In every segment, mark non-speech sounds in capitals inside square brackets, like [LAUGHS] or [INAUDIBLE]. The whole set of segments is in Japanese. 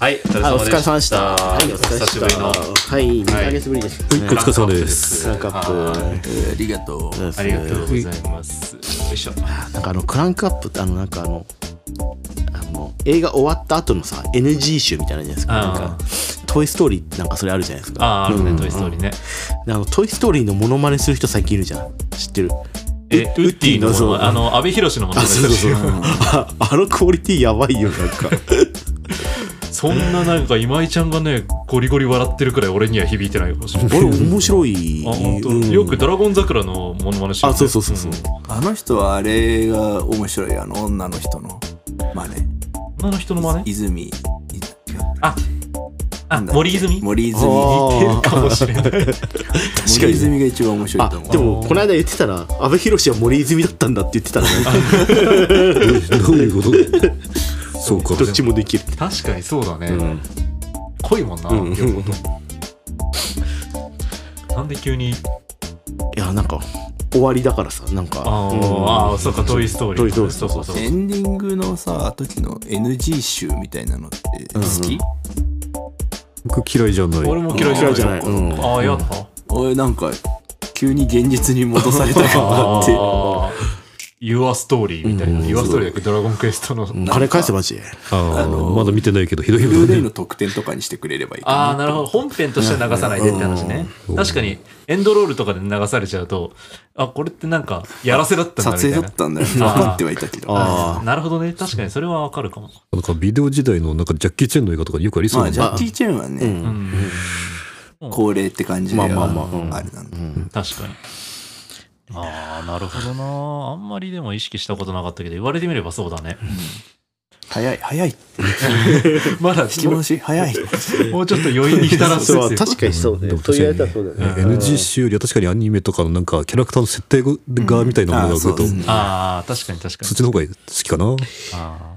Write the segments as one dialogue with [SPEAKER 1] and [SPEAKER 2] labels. [SPEAKER 1] はい、お疲れ
[SPEAKER 2] あお
[SPEAKER 1] 様
[SPEAKER 2] 疲
[SPEAKER 1] で
[SPEAKER 2] れ
[SPEAKER 1] した。
[SPEAKER 2] 様でした。はい、お疲れ様
[SPEAKER 1] 久し
[SPEAKER 2] で
[SPEAKER 1] ぶり
[SPEAKER 2] した。
[SPEAKER 1] の
[SPEAKER 2] はい、二ヶ月ぶりです。
[SPEAKER 3] お疲れ様です。
[SPEAKER 2] クランクアップ。
[SPEAKER 4] ありがとう。
[SPEAKER 1] ありがとうございます。よいしょ。
[SPEAKER 2] なんかあのクランクアップってあのなんかあのあの映画終わった後のさ NG 集みたいなのあるじゃないですか。なんかトイストーリーってなんかそれあるじゃないですか。
[SPEAKER 1] あー、あるね、トイ・ストーリーね。
[SPEAKER 2] あのトイストーリーのモノマネする人最近いるじゃん。知ってる。
[SPEAKER 1] え、ウッディの
[SPEAKER 2] ウッディのそう
[SPEAKER 1] もの、あの、阿部寛のものまね
[SPEAKER 2] う。あ [LAUGHS] あのクオリティやばいよなん [LAUGHS] か。
[SPEAKER 1] そんななんか、今井ちゃんがね、ゴリゴリ笑ってるくらい俺には響いてないかもしれ
[SPEAKER 2] あ
[SPEAKER 1] ない。
[SPEAKER 2] れ面白い。
[SPEAKER 1] あ、本当。
[SPEAKER 2] うん
[SPEAKER 1] よくドラゴン桜のものまねしてるね
[SPEAKER 2] あそうそうそうそうん
[SPEAKER 4] あの人はあれが面白い、あの女の人の真
[SPEAKER 1] 女の人の真
[SPEAKER 4] 似。
[SPEAKER 1] 似
[SPEAKER 4] 泉。い違う
[SPEAKER 1] あ、あ、
[SPEAKER 4] なんだっけ
[SPEAKER 1] 森泉似
[SPEAKER 4] 森泉。
[SPEAKER 2] あー
[SPEAKER 1] てるかもしれない。
[SPEAKER 2] 確か
[SPEAKER 4] 森
[SPEAKER 2] に
[SPEAKER 4] 泉が一番面白い
[SPEAKER 2] あ
[SPEAKER 4] と思う。
[SPEAKER 2] でもこの間言ってたら阿部寛は森泉だったんだって言ってたらね
[SPEAKER 3] ど
[SPEAKER 2] [LAUGHS]
[SPEAKER 3] ういうことそうか。
[SPEAKER 2] どっちもできる。
[SPEAKER 1] 確かにそうだね。
[SPEAKER 2] うん
[SPEAKER 1] 濃いもんな、
[SPEAKER 2] うん
[SPEAKER 1] 両方と。なんで急に、
[SPEAKER 2] いやなんか終わりだからさなんか
[SPEAKER 1] あ
[SPEAKER 2] うん
[SPEAKER 1] ーあー、そうか、トイ・ストーリー。
[SPEAKER 2] トイストーリー
[SPEAKER 1] そうそう
[SPEAKER 4] エンディングのさ、時の NG 集みたいなのって好き、
[SPEAKER 3] 僕嫌いじゃない。
[SPEAKER 1] 俺も嫌いじゃな
[SPEAKER 2] 嫌
[SPEAKER 1] い
[SPEAKER 2] いじゃない、うん、
[SPEAKER 1] ああ、やだ。
[SPEAKER 4] 俺なんか、急に現実に戻されたかなっ
[SPEAKER 1] あ
[SPEAKER 4] て。
[SPEAKER 1] ー Your Story みたいな。
[SPEAKER 2] うん
[SPEAKER 1] Your Story だけドラゴンクエストの。
[SPEAKER 2] 金返せマジで
[SPEAKER 3] あ
[SPEAKER 4] あの
[SPEAKER 3] のまだ見てないけどひどい
[SPEAKER 4] ブ
[SPEAKER 3] こ
[SPEAKER 4] ル
[SPEAKER 3] と
[SPEAKER 4] ーレイの
[SPEAKER 3] ね。
[SPEAKER 4] 特典とかにしてくれればいいかな。
[SPEAKER 1] ああ、なるほど。本編としては流さないでって話ね。確かに、エンドロールとかで流されちゃうと、あ、これってなんか、やらせだったんだ
[SPEAKER 4] 撮
[SPEAKER 1] みたいな。
[SPEAKER 4] 影だったんだよね。分
[SPEAKER 1] あー
[SPEAKER 4] かってはいたけど。
[SPEAKER 2] あ
[SPEAKER 1] なるほどね。確かに、それはわかるかも。
[SPEAKER 3] なんかビデオ時代のなんかジャッキー・チェンの映画とかによくありそ
[SPEAKER 4] ま
[SPEAKER 3] うな
[SPEAKER 4] あ、
[SPEAKER 3] ん
[SPEAKER 4] ジ
[SPEAKER 3] だ。
[SPEAKER 4] ャッキー・チェンは
[SPEAKER 2] う
[SPEAKER 4] ね、
[SPEAKER 1] うんん。
[SPEAKER 4] 恒例って感じで
[SPEAKER 2] まあ
[SPEAKER 4] は、
[SPEAKER 2] まあまあうん
[SPEAKER 4] あれなんだ。
[SPEAKER 1] 確かに。ああ、なるほどな。あんまりでも意識したことなかったけど、言われてみればそうだね。 [LAUGHS]
[SPEAKER 4] 早い、早い。
[SPEAKER 1] まだ、
[SPEAKER 4] 引き戻し、早い。
[SPEAKER 1] もうちょっと余韻に浸らせ
[SPEAKER 2] そ
[SPEAKER 1] て
[SPEAKER 2] う。は確かにそうね
[SPEAKER 3] でも
[SPEAKER 2] と
[SPEAKER 3] 確
[SPEAKER 2] 言われた
[SPEAKER 3] かに
[SPEAKER 2] らそうだよね
[SPEAKER 3] NG 集よりは確かにアニメとかのなんかキャラクターの設定がみたいなものが来る
[SPEAKER 4] うんあーそう
[SPEAKER 3] と、
[SPEAKER 4] ですね
[SPEAKER 1] ああ、確かに確かに
[SPEAKER 3] そっ。ちの方が好きかな。
[SPEAKER 1] あ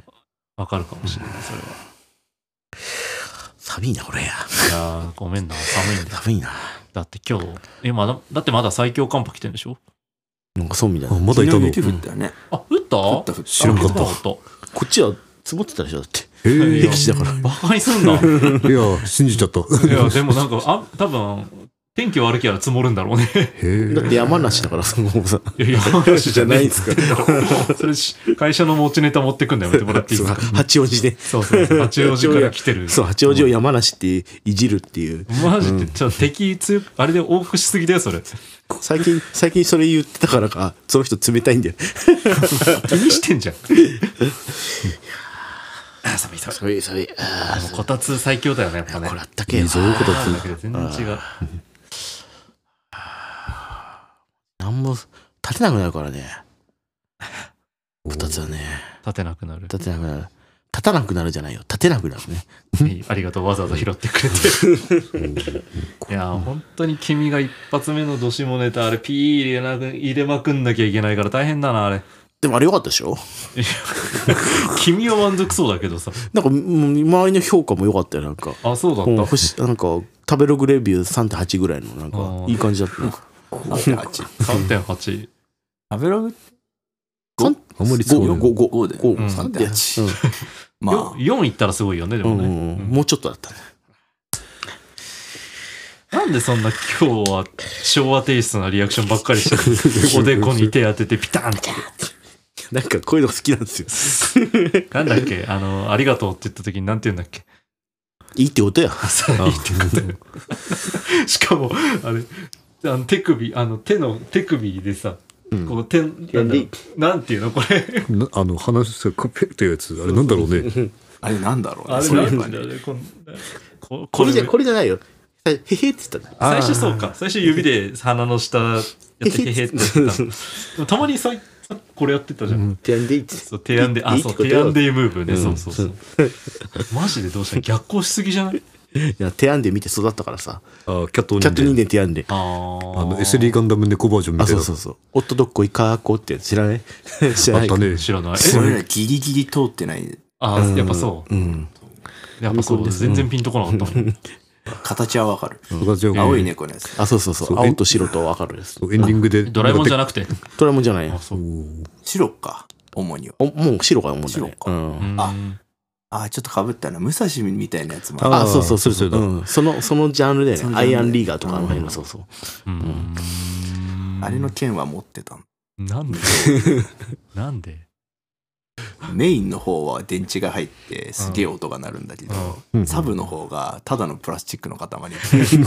[SPEAKER 1] あ、わかるかもしれない、それは。
[SPEAKER 2] 寒いなこれ
[SPEAKER 1] いやーごめんな、寒いんだよ。
[SPEAKER 2] 寒いな
[SPEAKER 1] だって今日、え、まだ、だってまだ最強寒波来てんでしょ
[SPEAKER 2] なんかそうみたい
[SPEAKER 3] あ
[SPEAKER 2] な
[SPEAKER 3] まだいた
[SPEAKER 4] 昨日
[SPEAKER 3] の。
[SPEAKER 4] 雪降ったよね。
[SPEAKER 1] あ、降った
[SPEAKER 4] 降った降った
[SPEAKER 3] 知らんかった
[SPEAKER 1] あ降降っ
[SPEAKER 2] こっちは積もってたでしょだって
[SPEAKER 3] え
[SPEAKER 1] た。
[SPEAKER 3] ー
[SPEAKER 2] 歴史だから
[SPEAKER 1] バカにすんな。い
[SPEAKER 3] [LAUGHS] いや信じちゃ [LAUGHS] った。
[SPEAKER 1] や、でもなんか、あ、多分、天気悪きゃ積もるんだろうね。
[SPEAKER 3] へー
[SPEAKER 2] [LAUGHS] だって山梨だからそのさ
[SPEAKER 1] いや、山梨じゃない
[SPEAKER 2] ん
[SPEAKER 1] ん
[SPEAKER 2] です
[SPEAKER 1] か。それし、会社の持ちネタ持ってくんだよ、やめてもらっていい
[SPEAKER 2] そう
[SPEAKER 1] ですか。
[SPEAKER 2] 八王子で
[SPEAKER 1] そうそうそう、八王子から来てる。
[SPEAKER 2] そう八王子を山梨っていじるっていう
[SPEAKER 1] マジで、ちょっと敵強く、あれで往復しすぎだよ、それ。
[SPEAKER 2] 最近最近それ言ってたからかその人冷たいんだよ
[SPEAKER 1] 気にしてんじゃん。 [LAUGHS] あ、寒い寒い。
[SPEAKER 2] 寒い寒いあ
[SPEAKER 1] でもこたつ最強だよね、やっぱ
[SPEAKER 2] ー
[SPEAKER 1] ね。
[SPEAKER 2] これあったけえな
[SPEAKER 1] そういうことだけど全然違う。
[SPEAKER 2] なんも立てなくなるからねこたつはね
[SPEAKER 1] 立てなくなる。
[SPEAKER 2] 立てなくなる立たなくなるじゃないよ立てなくなるね
[SPEAKER 1] はいありがとう、わざわざ拾ってくれて。いやー、本当に君が一発目のどしもネタ、あれ、ピー入れなく入れまくんなきゃいけないから大変だな、あれ。
[SPEAKER 2] でもあれ良かったでしょ
[SPEAKER 1] 君は満足そうだけどさ。
[SPEAKER 2] なんかうん周りの評価も良かったよなんか
[SPEAKER 1] あ、そうだ
[SPEAKER 2] うん
[SPEAKER 1] った。
[SPEAKER 2] 星なんか食べログレビュー3.8ぐらいのなん
[SPEAKER 1] あ
[SPEAKER 2] か
[SPEAKER 1] ー
[SPEAKER 2] いい感じだった
[SPEAKER 4] 3.8。
[SPEAKER 1] 3.8。
[SPEAKER 4] アベログ
[SPEAKER 3] あんまり使わない。
[SPEAKER 4] 5だよ
[SPEAKER 2] 5
[SPEAKER 1] うん
[SPEAKER 4] 3.8。まあ
[SPEAKER 1] よ、4いったらすごいよね、でもね。うん
[SPEAKER 2] もうちょっとだったね
[SPEAKER 1] なんでそんな今日は昭和テイストなリアクションばっかりしてるおでこに手当ててピタンって。
[SPEAKER 2] なんかこういうの好きなんですよ
[SPEAKER 1] なんだっけあの、ありがとうって言った時になんて言うんだっけ
[SPEAKER 2] いいってことや
[SPEAKER 1] いいってことよ [LAUGHS] しかもあれあの手首あの手の手首でさ、こう手なんだろうなんていうのこれ
[SPEAKER 3] なあの話すコペっていうやつあれなんだろうね。
[SPEAKER 4] あれなんだろう
[SPEAKER 1] あ
[SPEAKER 4] ね。
[SPEAKER 1] れ
[SPEAKER 4] そうい
[SPEAKER 1] な
[SPEAKER 4] えば
[SPEAKER 1] ん
[SPEAKER 4] ね
[SPEAKER 1] だろうねこんこ
[SPEAKER 2] これじゃ
[SPEAKER 1] こ
[SPEAKER 2] これじゃないよへへって言ってたね
[SPEAKER 1] 最初そうか最初指で鼻の下やってへへってやってたのでもたまにそういこれやってたじゃん、
[SPEAKER 2] てやんでいいって
[SPEAKER 1] そう提案で、あ、
[SPEAKER 2] いい
[SPEAKER 1] そう、
[SPEAKER 2] ことよ
[SPEAKER 1] 提案でムーブね、そうそうそう。マジでどうした逆行しすぎじゃない
[SPEAKER 2] いや手やんで見て育ったからさ
[SPEAKER 3] あキャット
[SPEAKER 2] キャット
[SPEAKER 3] 人
[SPEAKER 2] 人
[SPEAKER 3] 間。
[SPEAKER 2] 間手やんで
[SPEAKER 1] あ
[SPEAKER 3] あの
[SPEAKER 1] の
[SPEAKER 3] SD ガンダム猫バージョンみ
[SPEAKER 2] あ
[SPEAKER 3] たい
[SPEAKER 2] そ
[SPEAKER 3] な
[SPEAKER 2] う。そうそう「夫どっこいかーこ」って知らない [LAUGHS] 知ら
[SPEAKER 3] あ
[SPEAKER 2] な
[SPEAKER 3] っ
[SPEAKER 2] い
[SPEAKER 3] たね。
[SPEAKER 1] 知らない。
[SPEAKER 4] 俺らギリギリ通ってない。
[SPEAKER 1] あー、やっぱそう。
[SPEAKER 2] うん
[SPEAKER 1] やっぱそ
[SPEAKER 2] うん
[SPEAKER 1] う。全然ピンとこなかったもん。
[SPEAKER 4] 形はわかる。
[SPEAKER 3] 私は
[SPEAKER 4] 青い猫のやつ。
[SPEAKER 2] あそうそうそう
[SPEAKER 3] そう
[SPEAKER 2] 青と白と分かるです
[SPEAKER 3] そうエンディングで。
[SPEAKER 1] ドラえもんじゃ
[SPEAKER 3] な
[SPEAKER 1] なくて。
[SPEAKER 2] ドラえもんじゃないよ
[SPEAKER 1] あ、そう。
[SPEAKER 4] 白か、主には。
[SPEAKER 2] おもう白が思うんだ
[SPEAKER 4] 白
[SPEAKER 2] ね
[SPEAKER 4] か
[SPEAKER 2] うん
[SPEAKER 4] ああちょっとかぶったな武蔵みたいなやつもあ
[SPEAKER 3] あ
[SPEAKER 2] あ
[SPEAKER 3] ー
[SPEAKER 2] そうそうそうそう
[SPEAKER 3] そうだ
[SPEAKER 2] うん、そのそのジャンルだよ
[SPEAKER 4] その
[SPEAKER 2] ね
[SPEAKER 4] ジャ
[SPEAKER 2] アイア
[SPEAKER 4] ンル
[SPEAKER 2] ンリーガーとかあの辺
[SPEAKER 4] う
[SPEAKER 2] の
[SPEAKER 4] ん
[SPEAKER 2] そうそう
[SPEAKER 1] うん
[SPEAKER 4] あれの剣は持ってたの [LAUGHS]
[SPEAKER 1] なんでなんで
[SPEAKER 4] メインの方は電池が入ってすげえ音が鳴るんだけど、
[SPEAKER 3] うん
[SPEAKER 4] サブの方がただのプラスチック [LAUGHS] の塊
[SPEAKER 3] プラスチ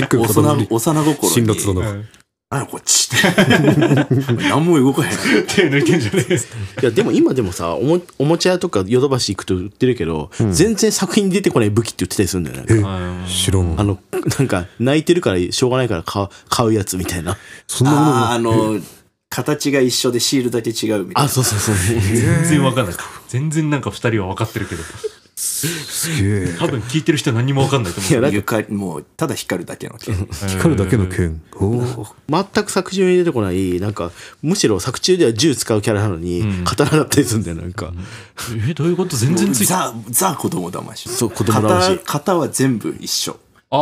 [SPEAKER 3] ックの
[SPEAKER 4] 幼
[SPEAKER 3] 塊
[SPEAKER 4] 幼心
[SPEAKER 3] 辛
[SPEAKER 4] に
[SPEAKER 3] 辣だな。
[SPEAKER 4] 何こっちって [LAUGHS] 何も動かへん
[SPEAKER 1] 手抜いてんじゃねえですか
[SPEAKER 2] いやでも今でもさおもおもちゃ屋とかヨドバシ行くと売ってるけど、全然作品に出てこない武器って売ってたりするんだよね
[SPEAKER 3] え知ら
[SPEAKER 2] あ
[SPEAKER 3] ん。
[SPEAKER 2] のなんか泣いてるからしょうがないから買う買うやつみたいな
[SPEAKER 3] そんなもの
[SPEAKER 4] あー
[SPEAKER 3] が
[SPEAKER 4] あの形が一緒でシールだけ違うみ
[SPEAKER 2] あ
[SPEAKER 4] たいな
[SPEAKER 2] そうそうそう
[SPEAKER 1] 全然わかんない全然なんか2人は分かってるけど
[SPEAKER 3] すげえ。
[SPEAKER 1] 多分聞いてる人は何にも分かんないと思う
[SPEAKER 2] いやなんか
[SPEAKER 4] ゆかりもうただ光るだけの剣
[SPEAKER 3] 光るだけの剣。おー
[SPEAKER 2] 全く作中に出てこないなんかむしろ作中では銃使うキャラなのに、
[SPEAKER 1] うん
[SPEAKER 2] 刀だったりするんだよなんか、
[SPEAKER 1] えどういうこと全然ついて
[SPEAKER 4] ザザ子供魂
[SPEAKER 2] そう子供魂
[SPEAKER 4] 型型は全部一緒
[SPEAKER 1] あ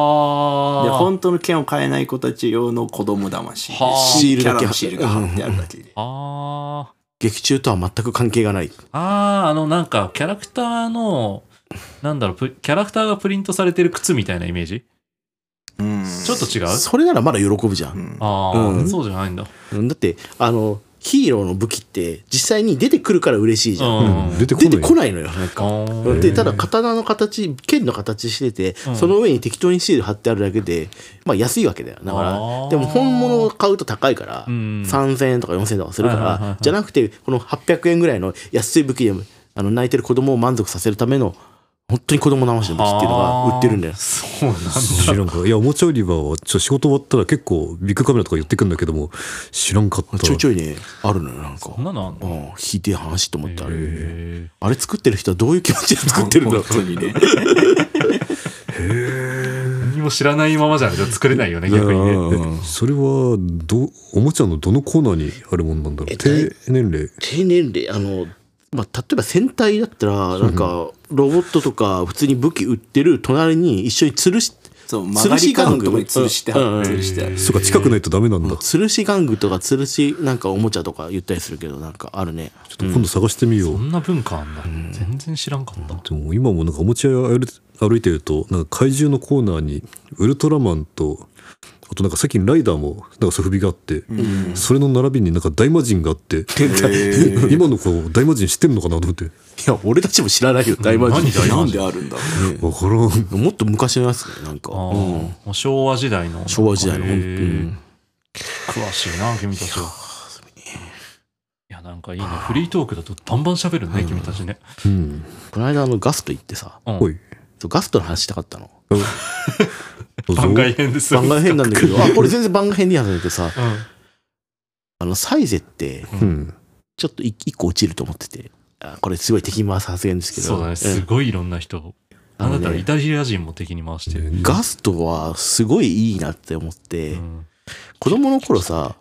[SPEAKER 4] で
[SPEAKER 1] ー
[SPEAKER 4] 本当の剣を買えない子たち用の子供魂で
[SPEAKER 1] はあ
[SPEAKER 4] シールだ
[SPEAKER 2] キャ
[SPEAKER 4] け
[SPEAKER 2] ラの
[SPEAKER 4] シールが貼ってあるだけで
[SPEAKER 1] あー
[SPEAKER 2] 劇中とは全く関係がない
[SPEAKER 1] あーあのなんかキャラクターのなんだろうプキャラクターがプリントされてる靴みたいなイメージ
[SPEAKER 4] うん
[SPEAKER 1] ちょっと違う
[SPEAKER 2] それならまだ喜ぶじゃん、
[SPEAKER 1] ああ、
[SPEAKER 2] うん
[SPEAKER 1] そうじゃないんだ
[SPEAKER 2] だってあのヒーローの武器って実際に出てくるから嬉しいじゃん、
[SPEAKER 1] うん
[SPEAKER 3] うん出てこ
[SPEAKER 2] 出てこ
[SPEAKER 3] ない。
[SPEAKER 2] ないのよなんか
[SPEAKER 1] あー
[SPEAKER 2] でただ刀の形剣の形してて、
[SPEAKER 1] うん
[SPEAKER 2] その上に適当にシール貼ってあるだけでまあ安いわけだよだから
[SPEAKER 1] あー
[SPEAKER 2] でも本物を買うと高いから、
[SPEAKER 1] うん
[SPEAKER 2] 3000円とか4000円とかするから、
[SPEAKER 1] はいはいはいはい
[SPEAKER 2] じゃなくてこの800円ぐらいの安い武器でもあの泣いてる子供を満足させるための本当に子供直しの武器っていうのが売ってるんだよ
[SPEAKER 1] あーそうなんだ
[SPEAKER 3] 知らんか。いや、おもちゃ売り場は、ちょ仕事終わったら結構ビッグカメラとか寄ってくんだけども、知らんかった。
[SPEAKER 2] ちょいちょいねあるのよなんか
[SPEAKER 1] こんなのあん
[SPEAKER 2] う
[SPEAKER 1] の
[SPEAKER 2] んひでえ話と思ったあれ、
[SPEAKER 1] へ
[SPEAKER 2] あれ作ってる人はどういう気持ちで作って
[SPEAKER 1] [LAUGHS]
[SPEAKER 2] るんだろう
[SPEAKER 4] 本当にね
[SPEAKER 1] ー何も知らないままじゃじゃ作れないよね逆にね
[SPEAKER 2] うん
[SPEAKER 3] えそれはどおもちゃのどのコーナーにあるもんなんだろ
[SPEAKER 2] え
[SPEAKER 3] う低年齢
[SPEAKER 2] 低年齢あの、まあ、例えば戦隊だったらな
[SPEAKER 1] [LAUGHS]
[SPEAKER 2] んかロボットとか普通に武器売ってる隣に一緒に吊るし [LAUGHS]
[SPEAKER 4] そう曲がり角のとこに吊るしてある
[SPEAKER 2] うんうん
[SPEAKER 4] 吊るしてある
[SPEAKER 3] そうか近くないとダメなんだ、ちょ
[SPEAKER 2] 吊るし玩具とか吊るしなんかおもちゃとか言ったりするけどなんかあるね
[SPEAKER 3] っと今度探してみよう、
[SPEAKER 1] こんな文化あんだ全然知らんかった
[SPEAKER 3] でも今もなんかおもちゃ屋歩いて歩いてるとなんか怪獣のコーナーにウルトラマンとあとなんか最近ライダーもなんかソフビがあって、それの並びになんか大魔神があって、 [LAUGHS] 今の子大魔神知ってんのかなと思って
[SPEAKER 2] いや俺たちも知らないよ大魔
[SPEAKER 1] 何
[SPEAKER 2] 神
[SPEAKER 1] だよ
[SPEAKER 4] なんであるんだろうね
[SPEAKER 3] 分からん
[SPEAKER 2] もっと昔のやつだよなんか、
[SPEAKER 1] あー
[SPEAKER 2] うん
[SPEAKER 1] もう昭和時代の
[SPEAKER 2] 昭和時代の
[SPEAKER 1] へー
[SPEAKER 2] うん
[SPEAKER 1] 詳しいな君たちはいやなんかいいねフリートークだとバンバン喋るね君たちね
[SPEAKER 3] うん
[SPEAKER 2] この間あのガスト行ってさ
[SPEAKER 1] うん
[SPEAKER 3] おい
[SPEAKER 2] そうガストの話したかったの
[SPEAKER 1] 番外編です
[SPEAKER 2] 番外編なんだ
[SPEAKER 1] [LAUGHS]
[SPEAKER 2] けどあこれ全然番外編にはなんだけどさあのサイゼって
[SPEAKER 3] うん
[SPEAKER 2] ちょっと一一個落ちると思っててあこれすごい敵に回す発言ですけど
[SPEAKER 1] そうだね
[SPEAKER 2] ん
[SPEAKER 1] すごいいろんな人を
[SPEAKER 2] あ
[SPEAKER 1] なん
[SPEAKER 2] の
[SPEAKER 1] だ
[SPEAKER 2] ね
[SPEAKER 1] ったらイタリア人も敵に回してる
[SPEAKER 2] ガストはすごいいいなって思って、
[SPEAKER 1] うん
[SPEAKER 2] 子供の頃さ、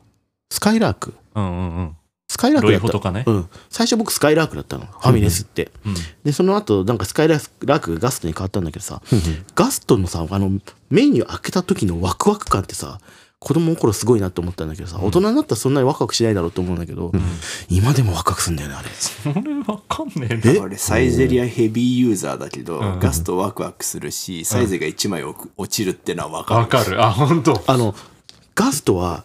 [SPEAKER 2] スカイラーク。
[SPEAKER 1] うんうんうん
[SPEAKER 2] スカイラー
[SPEAKER 1] ロ
[SPEAKER 2] ク
[SPEAKER 1] イ
[SPEAKER 2] だ
[SPEAKER 1] ホ
[SPEAKER 2] っ
[SPEAKER 1] と
[SPEAKER 2] た。
[SPEAKER 1] かね
[SPEAKER 2] うん。最初僕スカイラークだったの。ファミレスって。
[SPEAKER 1] うん
[SPEAKER 2] で、その後、なんかスカイラークがガストに変わったんだけどさ、ガストのさ、あの、メニュー開けた時のワクワク感ってさ、子供の頃すごいなって思ったんだけどさ、大人になったらそんなにワクワクしないだろうと思うんだけど、今でもワクワクするんだよね、あれ。
[SPEAKER 1] それわかんねえな
[SPEAKER 2] え
[SPEAKER 4] 俺サイゼリアヘビーユーザーだけど、
[SPEAKER 1] うん
[SPEAKER 4] ガストワクワクするしサイゼが1枚落落ちるってのは分か
[SPEAKER 1] わ
[SPEAKER 4] る
[SPEAKER 1] かるあ本当
[SPEAKER 2] あの、ガストは、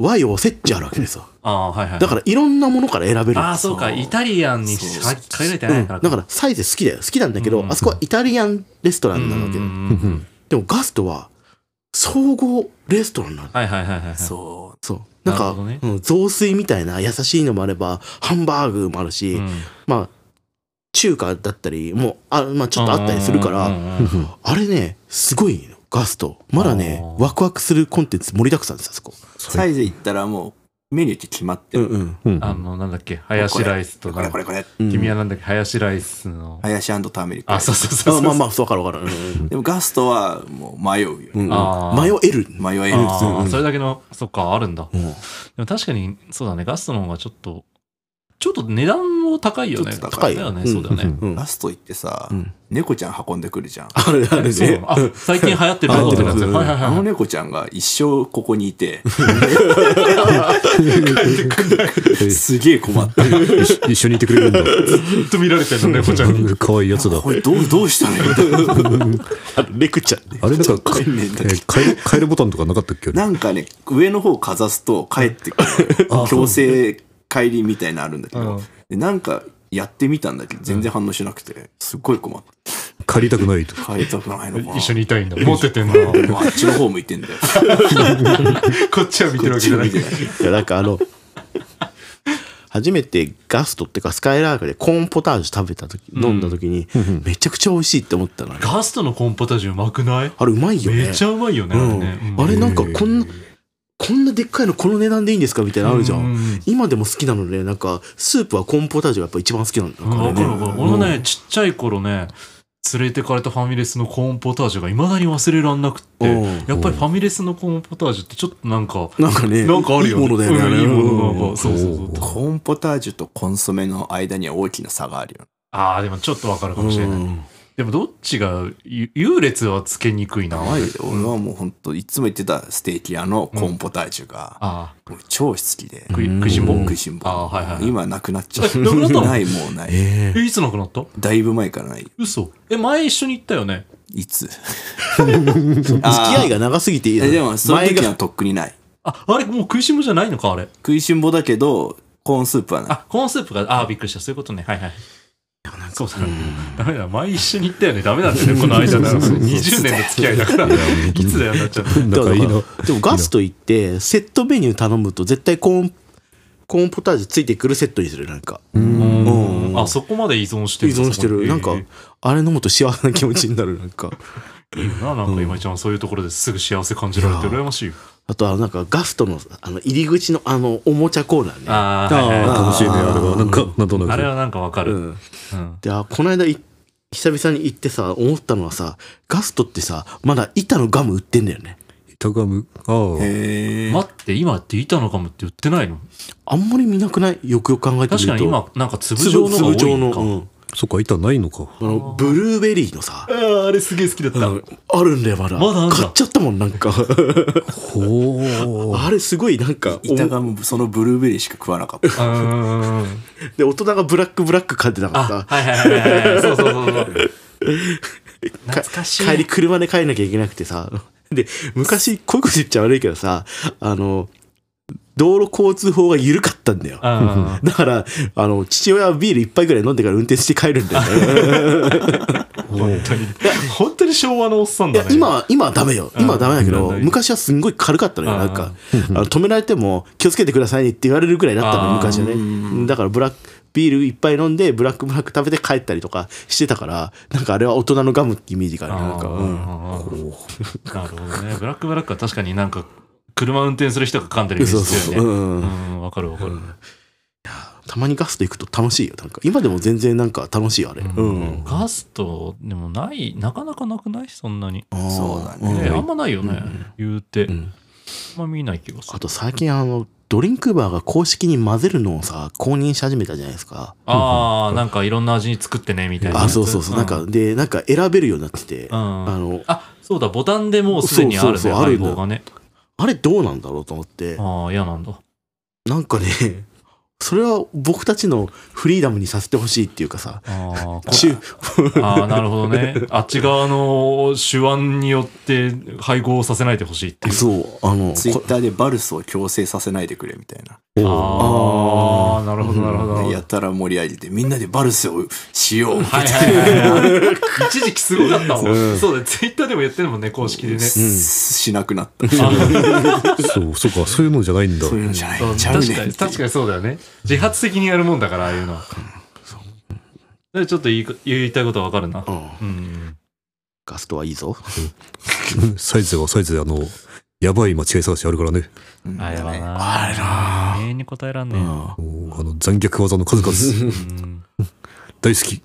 [SPEAKER 2] Y を折っちゃうわけですよ。
[SPEAKER 1] あーはいはい
[SPEAKER 2] だからいろんなものから選べる。
[SPEAKER 1] ああそうかイタリアンに
[SPEAKER 4] そう
[SPEAKER 1] は限られて
[SPEAKER 2] う
[SPEAKER 1] ない
[SPEAKER 2] ん、
[SPEAKER 1] か
[SPEAKER 2] だ
[SPEAKER 1] ら
[SPEAKER 2] からサイズ好きだよ好きなんだけど、
[SPEAKER 1] うん
[SPEAKER 2] あそこはイタリアンレストラ
[SPEAKER 1] うん
[SPEAKER 2] ン
[SPEAKER 1] う
[SPEAKER 2] なんわけ、
[SPEAKER 1] うんうん
[SPEAKER 2] でもガストは総合レストランなんだ、
[SPEAKER 1] はいはいはいはい
[SPEAKER 4] そ
[SPEAKER 2] そうなん
[SPEAKER 1] な
[SPEAKER 2] か
[SPEAKER 1] るほどね
[SPEAKER 2] うん、雑炊みたいな優しいのもあればハンバーグもあるし、
[SPEAKER 1] うん
[SPEAKER 2] まあ中華だったりもあ、まあ、ちょっとあったりするから、
[SPEAKER 1] うんうんうんうん
[SPEAKER 2] あれねすごいのガストまだね
[SPEAKER 1] あー
[SPEAKER 2] ワクワクするコンテンツ盛りだくさんですあそこ、
[SPEAKER 4] うサイゼ行ったらもうメニューって決まって
[SPEAKER 2] うん
[SPEAKER 4] る、
[SPEAKER 2] うん、
[SPEAKER 3] うん
[SPEAKER 1] あのなんだっけハヤシライスと
[SPEAKER 4] これ
[SPEAKER 1] か
[SPEAKER 4] これこれ
[SPEAKER 1] 君はなんだっけハヤシライスの
[SPEAKER 4] 林ターメリック
[SPEAKER 1] あそうそうそうそ
[SPEAKER 2] あ
[SPEAKER 1] う
[SPEAKER 2] まあまあそう分かる分かる、うん
[SPEAKER 4] でもガストはもう迷うよ、
[SPEAKER 2] うんうん
[SPEAKER 1] あ
[SPEAKER 2] 迷
[SPEAKER 1] ー
[SPEAKER 2] える
[SPEAKER 4] 迷える
[SPEAKER 1] あ
[SPEAKER 4] そう
[SPEAKER 1] ーそれだけのそっかあるんだ
[SPEAKER 2] うん
[SPEAKER 1] でも確かにそうだねガストの方がちょっとちょっと値段も量高いよね
[SPEAKER 4] ちょっと
[SPEAKER 2] 高い
[SPEAKER 1] だよね、
[SPEAKER 2] うん
[SPEAKER 1] そうだよね、
[SPEAKER 2] うん
[SPEAKER 4] ラスト行ってさ、猫ちゃん運んでくるじゃん。
[SPEAKER 2] あるある
[SPEAKER 1] そうな
[SPEAKER 2] ね
[SPEAKER 1] のあ最近流行ってる
[SPEAKER 3] 流行
[SPEAKER 1] こ
[SPEAKER 3] っ
[SPEAKER 1] と
[SPEAKER 3] てる
[SPEAKER 1] な
[SPEAKER 3] や
[SPEAKER 1] ん
[SPEAKER 3] つ
[SPEAKER 1] ですよはいはい
[SPEAKER 4] あ
[SPEAKER 1] はい
[SPEAKER 4] の猫ちゃんが一生ここにいて、
[SPEAKER 1] [LAUGHS]
[SPEAKER 4] すげえ困った。
[SPEAKER 3] 一緒にいてくれるんだ。
[SPEAKER 1] ずっと見られてるの
[SPEAKER 2] [LAUGHS]
[SPEAKER 1] 猫ちゃんに
[SPEAKER 3] 可愛いやつだ
[SPEAKER 4] こ。れどう、どうしたらいいんだろう
[SPEAKER 3] [LAUGHS]
[SPEAKER 2] あるレクチャーね
[SPEAKER 3] あれなんか、
[SPEAKER 4] わ
[SPEAKER 3] え
[SPEAKER 4] かんねえんだけど
[SPEAKER 3] ーカエルカエルボタンとかなかったっけあれ
[SPEAKER 4] なんかね、上の方かざすと帰ってくる。強制帰りみたいなのあるんだけど、でなんかやってみたんだけど、全然反応しなくて、すっごい困った。
[SPEAKER 3] 借りたくないと。
[SPEAKER 4] 帰りたくないのかな。
[SPEAKER 1] 一緒にいたいんだ持って
[SPEAKER 2] [LAUGHS]
[SPEAKER 1] てんな
[SPEAKER 4] まああっちの方向いてんだよ。
[SPEAKER 1] こっちは見てるわけじゃない
[SPEAKER 4] こっちを見て
[SPEAKER 2] いやなんかあの初めてガストっていうかスカイラークでコーンポタージュ食べた時、飲んだ時にめちゃくちゃ美味しいって思ったのよ
[SPEAKER 1] ガストのコンポタージュうまくない
[SPEAKER 2] あれうまいよね
[SPEAKER 1] めっちゃうまいよね、
[SPEAKER 2] う
[SPEAKER 1] あれ
[SPEAKER 2] ん
[SPEAKER 1] ね、
[SPEAKER 2] あれなんかこんなこんなでっかいのこの値段でいいんですかみたいなのあるじゃ
[SPEAKER 1] うんん
[SPEAKER 2] 今でも好きなのでなんかスープはコーンポタージュがやっぱ一番好きなんだ
[SPEAKER 1] うんわ
[SPEAKER 2] よ
[SPEAKER 1] か
[SPEAKER 2] ね
[SPEAKER 1] るわかる俺もねちっちゃい頃ね連れてかれたファミレスのコーンポタージュがいまだに忘れらんなくって
[SPEAKER 2] うん
[SPEAKER 1] やっぱりファミレスのコーンポタージュってちょっとなんか
[SPEAKER 2] なんかね
[SPEAKER 1] なんかあるよ
[SPEAKER 2] いい
[SPEAKER 1] ね
[SPEAKER 2] ものだよねあ
[SPEAKER 1] う
[SPEAKER 2] れ
[SPEAKER 1] んいいもの
[SPEAKER 2] うん
[SPEAKER 1] なんかそうそうそう
[SPEAKER 4] コーンポタージュとコンソメの間には大きな差があるよ。
[SPEAKER 1] ああでもちょっとわかるかもしれない
[SPEAKER 2] うん
[SPEAKER 1] でもどっちがゆ優劣はつけにくいな
[SPEAKER 4] マジで俺はもうほんといつも言ってたステーキ屋のコーンポタージュが、
[SPEAKER 1] あ
[SPEAKER 4] もう超好きで
[SPEAKER 1] あ。食い食いしん坊
[SPEAKER 4] 食いしん坊
[SPEAKER 1] ああはいはいはい
[SPEAKER 4] 今なくなっちゃ
[SPEAKER 1] [LAUGHS]
[SPEAKER 4] った。
[SPEAKER 1] えなくなったの
[SPEAKER 4] ないもうない。
[SPEAKER 2] え
[SPEAKER 1] えいつなくなった
[SPEAKER 4] だいぶ前からない。
[SPEAKER 1] 嘘え前一緒に行ったよね
[SPEAKER 4] いつ
[SPEAKER 1] [LAUGHS]
[SPEAKER 4] 付き
[SPEAKER 2] ー付き合いが長すぎていい
[SPEAKER 4] でもその
[SPEAKER 2] 前
[SPEAKER 4] 時は
[SPEAKER 2] が
[SPEAKER 4] とっくにない。
[SPEAKER 1] ああれもう食いしん坊じゃないのかあれ
[SPEAKER 4] 食いしん坊だけど、コーンスープはない。
[SPEAKER 1] あコーンスープがああびっくりしたそういうことねはいはいそうだ、ダメだ前一緒に行ったよねダメなんだよねこの間だから20年の付き合いだからいつだよなっちゃった
[SPEAKER 3] なんかいい
[SPEAKER 2] だ
[SPEAKER 3] な。
[SPEAKER 2] からでもガスト行ってセットメニュー頼むと絶対コーンコーンポタージュついてくるセットにするなんか
[SPEAKER 1] うんあそこまで依存して
[SPEAKER 2] 依
[SPEAKER 1] る
[SPEAKER 2] 存してるなんかあれ飲むと幸せな気持ちになるなんか
[SPEAKER 1] いいよななんか今井ちゃんそういうところですぐ幸せ感じられて羨ましいよ
[SPEAKER 2] あとはなんかガストのあの入り口のあのおもちゃコーナーね
[SPEAKER 1] ああはいはい
[SPEAKER 3] ああ、楽しいね、あれは。なんか、なんとな
[SPEAKER 1] あれ
[SPEAKER 3] く。
[SPEAKER 1] はなんかわか
[SPEAKER 2] う
[SPEAKER 1] る
[SPEAKER 2] ん
[SPEAKER 1] うん
[SPEAKER 2] であこの間い久々に行ってさ思ったのはさガストってさまだ板のガム売ってんだよね
[SPEAKER 3] 板ガム。ああ。
[SPEAKER 4] へえ。
[SPEAKER 1] 待って今って板のガムって売ってないの
[SPEAKER 2] あんまり見なくないよくよく考えてみ
[SPEAKER 1] 確
[SPEAKER 2] ると
[SPEAKER 1] かに今なんか粒状のが多
[SPEAKER 2] 粒
[SPEAKER 1] い
[SPEAKER 2] 状
[SPEAKER 1] の
[SPEAKER 2] の
[SPEAKER 1] か
[SPEAKER 2] うん
[SPEAKER 3] そっか、板ないのか。
[SPEAKER 2] あのブルーベリーのさ
[SPEAKER 1] あああれすげえ好きだった
[SPEAKER 2] あるんだよまだ
[SPEAKER 1] まだあんだ
[SPEAKER 2] 買っちゃったもんなんか
[SPEAKER 3] ほう。
[SPEAKER 2] あれすごいなんかお
[SPEAKER 4] 板がもうそのブルーベリーしか食わなかった。
[SPEAKER 1] うん
[SPEAKER 2] で大人がブラックブラック買ってなかった
[SPEAKER 1] あはいはいはいはいそうそうそうそう懐かしい
[SPEAKER 2] 帰り車で帰んなきゃいけなくてさ。 [LAUGHS] で、昔、こういうこと言っちゃ悪いけどさ、あの、道路交通法が緩かったんだよ。
[SPEAKER 1] あ
[SPEAKER 2] だから、あの、父親はビール一杯ぐらい飲んでから運転して帰るんだよね。
[SPEAKER 1] 本当に本当に昭和のおっさん
[SPEAKER 2] い
[SPEAKER 1] だ
[SPEAKER 2] や
[SPEAKER 1] ね、
[SPEAKER 2] 今は、今はダメよ。今はダメだけど、
[SPEAKER 1] うん
[SPEAKER 2] 昔はすんごい軽かったのよ。なんか、あの止められても気をつけてくださいねって言われるぐらいだったの
[SPEAKER 1] あー
[SPEAKER 2] よ、昔はね。だから、ブラック、ビールいっぱい飲んで、ブラックブラック食べて帰ったりとかしてたから、なんかあれは大人のガムってイメージがあるね。なんか、うん
[SPEAKER 1] あーなるほどねブラックブラックは確かになんか車運転する人が噛んでるイメー
[SPEAKER 2] そう
[SPEAKER 1] ジ
[SPEAKER 2] そう
[SPEAKER 1] だ
[SPEAKER 2] そう。
[SPEAKER 1] よ
[SPEAKER 2] う
[SPEAKER 1] ね
[SPEAKER 2] ん
[SPEAKER 1] う。んわかるわかる、
[SPEAKER 2] たまにガスト行くと楽しいよなんか今でも全然なんか楽しいよあれうん、
[SPEAKER 1] ガストでもないなかなかなくないそんなに、
[SPEAKER 2] あー
[SPEAKER 4] そうだね
[SPEAKER 1] ね
[SPEAKER 2] うん
[SPEAKER 1] あんまないよね、言うて、
[SPEAKER 2] ん
[SPEAKER 1] あんま見ない気がす
[SPEAKER 2] あ
[SPEAKER 1] る
[SPEAKER 2] と最近あのドリンクバーが公式に混ぜるのをさ公認し始めたじゃないですか
[SPEAKER 1] ああなんかいろんな味に作ってねみたいなや
[SPEAKER 2] あ
[SPEAKER 1] つ
[SPEAKER 2] そうそうそう、なんかでなんか選べるようになってて、
[SPEAKER 1] うん
[SPEAKER 2] あの
[SPEAKER 1] あそうだボタンでもうすでにあるね
[SPEAKER 2] そうそうそうあるんだ
[SPEAKER 1] 配合がね
[SPEAKER 2] あれどうなんだろうと思って
[SPEAKER 1] ああ嫌なんだ
[SPEAKER 2] なんかね [LAUGHS] それは僕たちのフリーダムにさせてほしいっていうかさ
[SPEAKER 1] ああこ
[SPEAKER 2] 中
[SPEAKER 1] ああなるほどねあっち側の手腕によって配合をさせないでほしいっていう
[SPEAKER 2] そうあの
[SPEAKER 4] ツイッ
[SPEAKER 2] こ
[SPEAKER 4] ターでバルスを強制させないでくれみたいな。
[SPEAKER 1] ああなるほどなるほどなるほど
[SPEAKER 4] やたら盛り上げて、みんなでバルスをしよう。
[SPEAKER 1] はいはいはいはい一時期すごかったもん、そうだツイッターでもやってるもんね公式でね、
[SPEAKER 4] しなくなった。
[SPEAKER 3] そう、そうか、そういうのじゃないんだ
[SPEAKER 4] そう。いうのじゃない。ちゃう
[SPEAKER 1] 確か
[SPEAKER 4] ね
[SPEAKER 1] に。確かにそうだよね自発的にやるもんだからああいうのはでちょっと言いこ言いたいことはわかるな
[SPEAKER 2] う
[SPEAKER 1] う
[SPEAKER 2] ん
[SPEAKER 1] ん
[SPEAKER 2] ガストはいいぞ
[SPEAKER 3] サイズはサイズで、あの、やばい間違い探しあるからね。
[SPEAKER 4] うん
[SPEAKER 1] あれはな
[SPEAKER 2] あれな
[SPEAKER 1] 永遠に答えらんね
[SPEAKER 2] う
[SPEAKER 1] え
[SPEAKER 2] ん
[SPEAKER 3] おあの、残虐技の数々、
[SPEAKER 1] うん
[SPEAKER 3] 大好き。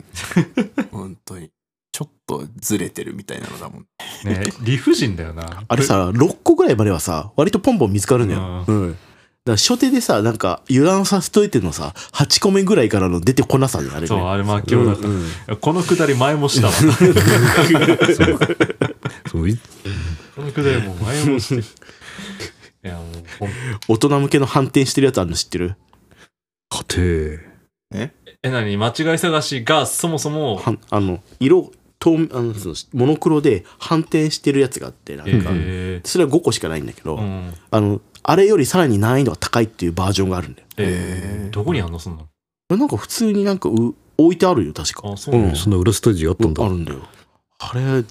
[SPEAKER 4] 本当に。ちょっとずれてるみたいなのだもん。
[SPEAKER 1] ね理不尽だよな
[SPEAKER 2] あれさ6個ぐらいまではさ割とポンポン見つかるのよ、うんから初手でさ、なんか油断させといてのさ、8個目ぐらいからの出てこなさね、あれね。
[SPEAKER 1] そう、あれ魔境だった。
[SPEAKER 2] うん [LAUGHS]
[SPEAKER 1] このくだり前もしたわ。
[SPEAKER 3] そうい
[SPEAKER 1] このくだりもう前もして。いや、もうほん、
[SPEAKER 2] 大人向けの反転してるやつあるの知ってる
[SPEAKER 3] はて
[SPEAKER 1] え、なに間違い探しがそもそも、
[SPEAKER 2] はんあの、色、透明あのそのモノクロで反転してるやつがあって、なんか、
[SPEAKER 1] え
[SPEAKER 2] それは5個しかないんだけ
[SPEAKER 1] ー、
[SPEAKER 2] ど、
[SPEAKER 1] うん。
[SPEAKER 2] あの、あれよりさらに難易度が高いっていうバージョンがあるんだよ。
[SPEAKER 1] え
[SPEAKER 4] えー
[SPEAKER 1] ー、どこにあんのそんなの
[SPEAKER 2] なんか普通になんかう置いてあるよ、確か。
[SPEAKER 1] あ、そうなん
[SPEAKER 3] そんな裏ステージあったんだ
[SPEAKER 2] あるんだよ。あれ、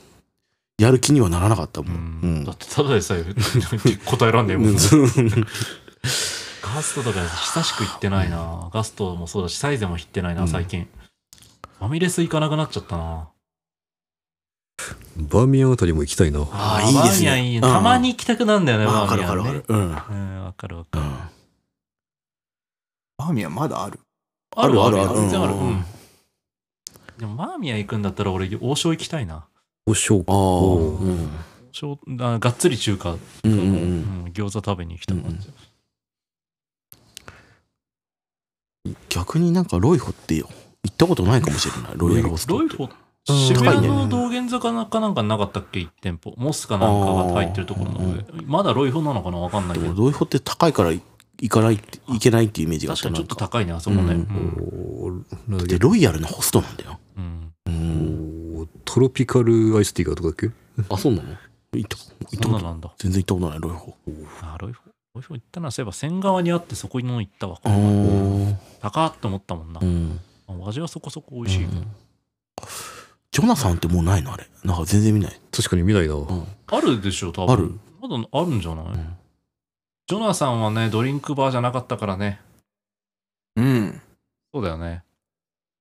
[SPEAKER 2] やる気にはならなかったも
[SPEAKER 1] う
[SPEAKER 2] ん。
[SPEAKER 1] んだってただでさえ答えらんねえもん
[SPEAKER 2] [LAUGHS]
[SPEAKER 1] ガストとか久しく行ってないなガストもそうだしサイゼも行ってないな最近ファミレス行かなくなっちゃったな
[SPEAKER 3] バーミヤンあたりも行きたいな
[SPEAKER 2] あーいいで
[SPEAKER 1] バー
[SPEAKER 2] すね
[SPEAKER 1] ミヤンいい
[SPEAKER 2] うん
[SPEAKER 1] たまに行きたくなんだよね
[SPEAKER 2] あ
[SPEAKER 1] バ
[SPEAKER 2] わか
[SPEAKER 1] ーミ
[SPEAKER 2] る
[SPEAKER 1] ヤ
[SPEAKER 2] わかるわか
[SPEAKER 1] ンね
[SPEAKER 2] る。うん。
[SPEAKER 1] うんわかるわか
[SPEAKER 2] う
[SPEAKER 1] る
[SPEAKER 2] ん
[SPEAKER 4] バーミヤンまだある
[SPEAKER 1] あ
[SPEAKER 2] るあるある
[SPEAKER 1] 全然ある
[SPEAKER 2] うん
[SPEAKER 1] うんでもバーミヤン行くんだったら俺王将行きたいな
[SPEAKER 3] おしょう
[SPEAKER 2] ああ、
[SPEAKER 3] お
[SPEAKER 2] うん。
[SPEAKER 1] 王将あがっつり中華
[SPEAKER 2] うんうんう。
[SPEAKER 1] うんん餃子食べに行きたくなっちゃう
[SPEAKER 2] 逆になんかロイホって行ったことないかもしれない。ロイヤルホスト。
[SPEAKER 1] ロイホ
[SPEAKER 3] うん
[SPEAKER 1] 渋谷
[SPEAKER 2] 高い
[SPEAKER 1] の
[SPEAKER 2] ね
[SPEAKER 1] 道玄坂なんかなんかなかったっけ1店舗モスかなんかが入ってるところなのでまだロイホなのかなわかんないけ
[SPEAKER 2] でも
[SPEAKER 1] ど
[SPEAKER 2] ロイホって高いから行かないって、行けないっていうイメージがあっ
[SPEAKER 1] 確
[SPEAKER 2] た
[SPEAKER 1] かに
[SPEAKER 2] な
[SPEAKER 1] ちょ
[SPEAKER 2] ん
[SPEAKER 1] っと
[SPEAKER 2] か。
[SPEAKER 1] 高いねあそこね
[SPEAKER 2] う
[SPEAKER 1] うんん
[SPEAKER 3] なんだっけ
[SPEAKER 2] で、ロイヤルのホストなんだよ。
[SPEAKER 1] うん
[SPEAKER 2] うん。
[SPEAKER 3] おトロピカルアイスティーがとかだっけ
[SPEAKER 2] あ、そうなの行った行った
[SPEAKER 1] そんな
[SPEAKER 2] こと
[SPEAKER 1] なんだ
[SPEAKER 2] 全然行ったことない、ロイホ。
[SPEAKER 1] あロイホロイホ行ったなそういえば仙川にあってそこに行ったわ
[SPEAKER 2] ああ。
[SPEAKER 1] 高っと思ったもんな
[SPEAKER 2] うん。
[SPEAKER 1] 味はそこそこ美味しい
[SPEAKER 2] うんジョナサンってもうないのあれ。なんか全然見ない。
[SPEAKER 3] 確かに見ないな、
[SPEAKER 2] うん
[SPEAKER 1] あるでしょ多分
[SPEAKER 2] ある
[SPEAKER 1] まだあるんじゃない
[SPEAKER 2] ん
[SPEAKER 1] ジョナさんはねドリンクバーじゃなかったからね
[SPEAKER 4] うん
[SPEAKER 1] そうだよね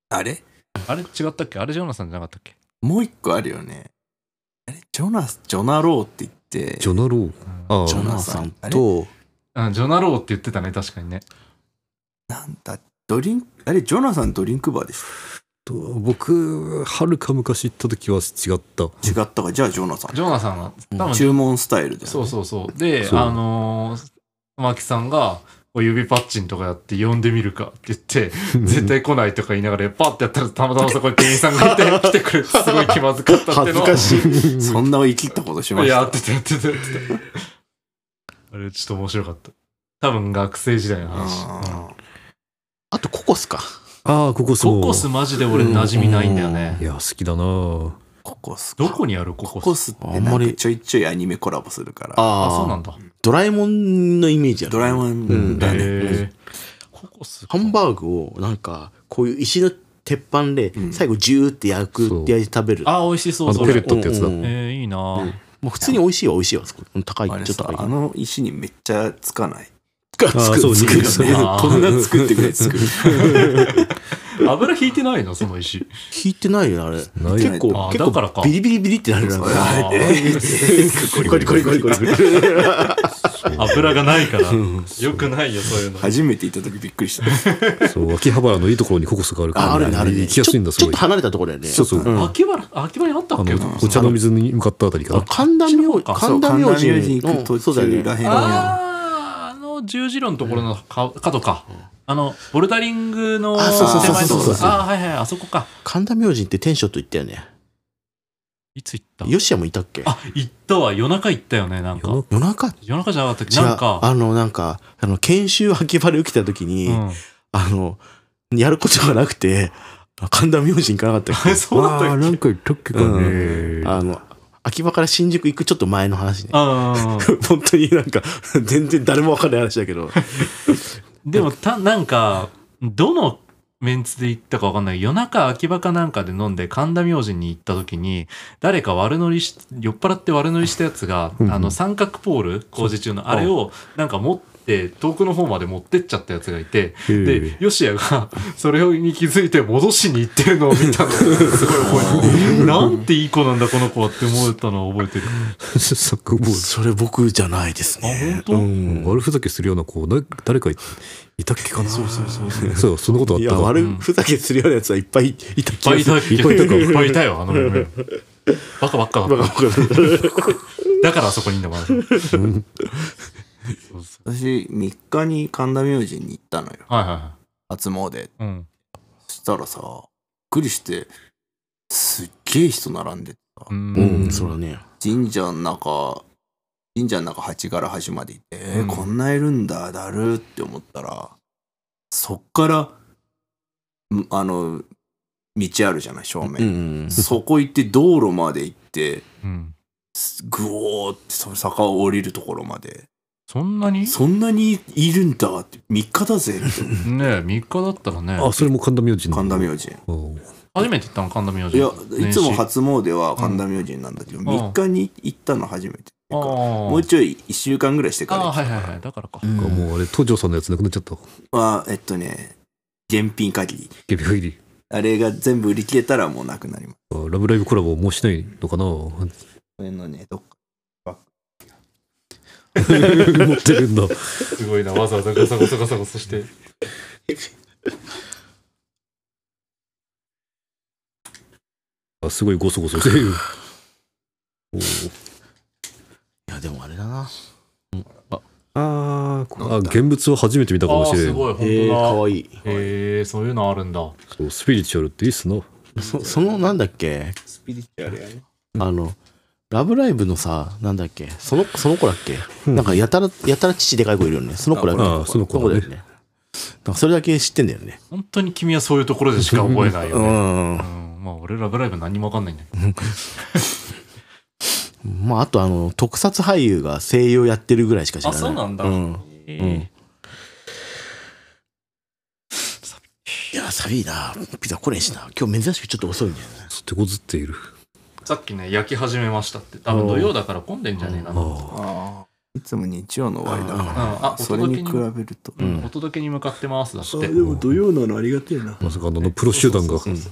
[SPEAKER 4] あれ
[SPEAKER 1] あれ違ったっけあれジョナさんじゃなかったっけ
[SPEAKER 4] もう一個あるよねあれジョナスジョナローって言って
[SPEAKER 3] ジョナローああ
[SPEAKER 2] ジョナサンと、
[SPEAKER 1] あジョナローって言ってたね確かにね
[SPEAKER 4] なんだドリンクあれジョナサンドリンクバーでし
[SPEAKER 3] と僕はるか昔行った時は違った
[SPEAKER 4] ょ違ったかじゃあジョナサン
[SPEAKER 1] ジョナさんは多分
[SPEAKER 4] 注文スタイルで
[SPEAKER 1] そうそうそう。で、
[SPEAKER 3] そう
[SPEAKER 1] あのー、マキさんが、お指パッチンとかやって呼んでみるかって言って、絶対来ないとか言いながら、パッてやったらたまたまそこに店員さんがいて、来てくれてすごい気まずかったっていうのを。
[SPEAKER 2] しい。
[SPEAKER 4] [LAUGHS] そんな言い切ったことしま
[SPEAKER 1] い
[SPEAKER 4] し
[SPEAKER 1] や、や
[SPEAKER 4] た
[SPEAKER 1] ってたやってたやってた。あれ、ちょっと面白かった。多分学生時代の話。うん
[SPEAKER 4] あ
[SPEAKER 2] [LAUGHS] あとココスか。
[SPEAKER 3] ああここそう
[SPEAKER 1] ココスマジで俺馴染みないんだよね
[SPEAKER 3] い。や好きだな
[SPEAKER 4] ココス
[SPEAKER 1] どこにあるココ
[SPEAKER 4] コ
[SPEAKER 1] ス
[SPEAKER 4] コスってな
[SPEAKER 2] あんま
[SPEAKER 4] んか
[SPEAKER 2] り
[SPEAKER 4] ちょいちょいアニメコラボするから
[SPEAKER 2] あ
[SPEAKER 1] あ、
[SPEAKER 2] あ、
[SPEAKER 1] そうなんだ。
[SPEAKER 2] ドラえもんのイメージや
[SPEAKER 4] ドラえもんだね
[SPEAKER 1] へーココス
[SPEAKER 2] ハンバーグをなんか、こういう石の鉄板で
[SPEAKER 4] う、ん
[SPEAKER 2] 最後ジューって焼
[SPEAKER 3] そ
[SPEAKER 2] く、
[SPEAKER 3] う
[SPEAKER 2] 焼いて食べる。
[SPEAKER 1] あー、美味しそ
[SPEAKER 3] あ
[SPEAKER 1] う、
[SPEAKER 3] の
[SPEAKER 1] そ
[SPEAKER 3] ペ
[SPEAKER 1] れ
[SPEAKER 3] レ。ットってやつだ
[SPEAKER 2] うんうん
[SPEAKER 1] えー、いいなぁ
[SPEAKER 2] もう普通に美味しいは美味しいわ、そこ。高い、
[SPEAKER 4] あれ
[SPEAKER 2] ちょっと
[SPEAKER 4] さ
[SPEAKER 2] 高いけ
[SPEAKER 4] あ
[SPEAKER 2] ど。
[SPEAKER 4] の石にめっちゃつかない
[SPEAKER 2] あ
[SPEAKER 3] あそう肉
[SPEAKER 2] る
[SPEAKER 3] そ
[SPEAKER 2] 作
[SPEAKER 3] う
[SPEAKER 2] る
[SPEAKER 1] あー
[SPEAKER 4] [LAUGHS] こんな作ってくれ [LAUGHS] 作る
[SPEAKER 1] 油引いてないのその石。
[SPEAKER 2] 引いてないよね、あ
[SPEAKER 3] な
[SPEAKER 2] れ。
[SPEAKER 3] い
[SPEAKER 2] 結構
[SPEAKER 1] あ、
[SPEAKER 2] 結
[SPEAKER 1] だからか
[SPEAKER 2] 構、ビリビリビリってなるな。
[SPEAKER 4] そうあ
[SPEAKER 1] あー
[SPEAKER 2] ゴリゴリゴリゴリ。
[SPEAKER 1] 油がないから。よくないよ、そういうの。
[SPEAKER 4] 初めて行った時びっくりした
[SPEAKER 3] そう秋葉原のいいところにココスがあるから
[SPEAKER 2] あ、あるね、あるね。
[SPEAKER 3] 行きやすいんだす
[SPEAKER 2] ちょ
[SPEAKER 3] ご
[SPEAKER 2] っ
[SPEAKER 3] い
[SPEAKER 2] と離れたところだよね。
[SPEAKER 3] そうそう、
[SPEAKER 2] うん
[SPEAKER 1] 秋葉原、秋葉原あった
[SPEAKER 3] あ
[SPEAKER 1] っけ
[SPEAKER 3] のお茶の水に向かったあたりかな
[SPEAKER 2] 神田明神、
[SPEAKER 4] そう
[SPEAKER 2] 神田
[SPEAKER 4] 神
[SPEAKER 2] 明
[SPEAKER 4] 田明神
[SPEAKER 2] 神
[SPEAKER 4] 行く
[SPEAKER 2] の、そ
[SPEAKER 4] 途
[SPEAKER 2] うだよ
[SPEAKER 4] 中
[SPEAKER 2] ね
[SPEAKER 4] ら。へんの
[SPEAKER 1] あーあの十字路のところのか角か。あの、ボルダリングの
[SPEAKER 2] あ
[SPEAKER 4] そうそうそうそう
[SPEAKER 1] 手前のとこ
[SPEAKER 4] そう
[SPEAKER 1] あーはいはい、あそこか。
[SPEAKER 2] 神田明神って天使と行ったよね。
[SPEAKER 1] いつ行った
[SPEAKER 2] ヨシアもいたっけ
[SPEAKER 1] あ、行ったわ。夜中行ったよね、なんか
[SPEAKER 3] 夜中。
[SPEAKER 2] 夜中
[SPEAKER 1] 夜中じゃなかったっけ
[SPEAKER 2] 違う
[SPEAKER 1] なんか。
[SPEAKER 2] あのなんかあの研修秋晴れ受けた時に、
[SPEAKER 1] うん [LAUGHS]
[SPEAKER 2] あのやることがなくて神田明神行かなかったっけ
[SPEAKER 1] そうだったっけ
[SPEAKER 3] あーなんか言ったっけかね、
[SPEAKER 2] うあの秋葉から新宿行くちょっと前の話ね
[SPEAKER 1] あー
[SPEAKER 2] 本当になんか全然誰もわかんない話だけど
[SPEAKER 1] でも、た、なんか、どのメンツで行ったかわかんない。夜中、秋葉かなんかで飲んで、神田明神に行った時に、誰か悪乗りし、酔っ払って悪乗りしたやつが、
[SPEAKER 3] うんうん
[SPEAKER 1] あの、三角ポール、工事中の、あれを、なんか持って、遠くの方まで持ってっちゃったやつがいて、
[SPEAKER 3] へえ
[SPEAKER 1] で、ヨシヤが、 [LAUGHS] それに気づいて戻しに行ってるのを見
[SPEAKER 3] [LAUGHS]
[SPEAKER 1] たの。すごい覚えてる。なんていい子なんだ、この子はって思ったのを覚えてる。
[SPEAKER 3] サッカーボール
[SPEAKER 2] それ僕じゃないですね
[SPEAKER 1] あ本当
[SPEAKER 2] うん
[SPEAKER 3] 悪ふざけするような子な誰かいいたっけかなそうそうそうそうそんなことあっ
[SPEAKER 2] い
[SPEAKER 3] た
[SPEAKER 2] や
[SPEAKER 3] な
[SPEAKER 2] 悪ふざけするようなやつはいっぱいいた
[SPEAKER 1] いっぱいいたっけ
[SPEAKER 2] いっぱいいたか
[SPEAKER 1] いっぱいいたよ、あの嫁。バカばっかだった
[SPEAKER 2] バカバカ
[SPEAKER 1] だからあそこにいんだもん。そうそ
[SPEAKER 4] 私、3日に神田明神に行ったのよ。
[SPEAKER 1] はいは
[SPEAKER 4] 初詣。
[SPEAKER 1] いはい。うん。
[SPEAKER 4] そしたらさ、びっくりして、すっげえ人並んでてさ
[SPEAKER 1] う、ん
[SPEAKER 2] うん、そうだね。
[SPEAKER 4] 神社の中、神社の中端から端まで行って、えー
[SPEAKER 1] うん
[SPEAKER 4] こんないるんだ、だるーって思ったら、そっから、んあの、道あるじゃない、正面。
[SPEAKER 2] うん。
[SPEAKER 4] そこ行って道路まで行って、
[SPEAKER 1] うん。
[SPEAKER 4] すぐおーってその坂を降りるところまで、
[SPEAKER 1] そんなにね
[SPEAKER 4] そんなにいるんだって、3日
[SPEAKER 1] [LAUGHS]
[SPEAKER 4] だぜって
[SPEAKER 1] え、3日だったらね。
[SPEAKER 3] あ、それも神田明神
[SPEAKER 4] 神田
[SPEAKER 3] 神。
[SPEAKER 4] 明神。
[SPEAKER 3] うん
[SPEAKER 1] 初めて行ったの神田明
[SPEAKER 4] い
[SPEAKER 1] 神。
[SPEAKER 4] や、いつ
[SPEAKER 1] 年
[SPEAKER 4] も
[SPEAKER 1] 始
[SPEAKER 4] 初詣は神田明神なんだけど、3日に行ったの初めてっていうか。
[SPEAKER 1] あ
[SPEAKER 4] もうちょい1週間ぐらいして
[SPEAKER 1] あ。
[SPEAKER 4] から
[SPEAKER 1] あ
[SPEAKER 4] 行
[SPEAKER 1] あ、
[SPEAKER 4] った
[SPEAKER 1] はいはいはい。だからか。
[SPEAKER 2] うん
[SPEAKER 3] なんかもうあれ、東條さんのやつなくなっちゃった。
[SPEAKER 4] は、えっとね、現品限り。
[SPEAKER 3] ゲビフイリ。
[SPEAKER 4] あれが全部売り切れたらもうなくなります。
[SPEAKER 3] あラブライブコラボもうしないのかな持
[SPEAKER 4] これのね、どっか。
[SPEAKER 3] ってるんだ。
[SPEAKER 1] すごいな、わざわざガサゴサガサゴサして。
[SPEAKER 3] あすごいゴソゴソしてる。おー
[SPEAKER 2] いや、でもあれだな。
[SPEAKER 3] [LAUGHS] あーあ、現物を初めて見たか
[SPEAKER 1] あ
[SPEAKER 3] も
[SPEAKER 1] あ、
[SPEAKER 3] しれ
[SPEAKER 1] す
[SPEAKER 3] ん。
[SPEAKER 1] ごい、本
[SPEAKER 2] ええ、か
[SPEAKER 1] 当だ。
[SPEAKER 2] わいい。
[SPEAKER 1] へえ、そういうのあるんだ。
[SPEAKER 3] そうスピリチュアルっていいっすな。
[SPEAKER 2] そその、なんだっけ
[SPEAKER 4] スピリチュアルやね。
[SPEAKER 2] あの、ラブライブのさ、なんだっけその、その子だっけなんか、やたら、やたら父でかい子いるよね。その子だっけ
[SPEAKER 3] ああその子だね
[SPEAKER 2] だよね。なんかそれだけ知ってんだよね。
[SPEAKER 1] 本当に君はそういうところでしか覚えないうよね。
[SPEAKER 2] ん
[SPEAKER 1] う。ん。まあ、俺ラブライブ何もわかんないんだけど。
[SPEAKER 2] まあ、あとあの、特撮俳優が声優やってるぐらいしか知らない。
[SPEAKER 1] あそうなんだ
[SPEAKER 2] うん。
[SPEAKER 1] へ
[SPEAKER 2] うん
[SPEAKER 1] え
[SPEAKER 2] いや、寒いな。ピザ来ねえしな。今日珍しくちょっと遅いんだよね。
[SPEAKER 3] 手こずっている。
[SPEAKER 1] さっきね、焼き始めましたって。多分土曜だから混んでんじゃねえかな。うん
[SPEAKER 3] あ
[SPEAKER 4] ああ。いつも日曜の終わりだから。
[SPEAKER 1] あ、お
[SPEAKER 4] それに
[SPEAKER 1] 届け
[SPEAKER 4] 比
[SPEAKER 1] に、
[SPEAKER 4] べると。
[SPEAKER 2] ん
[SPEAKER 1] お届けに向かってます。だって。
[SPEAKER 4] も土曜なのありがてえな
[SPEAKER 3] あ。まさかのあのプロ集団が。
[SPEAKER 1] そうそうそうそ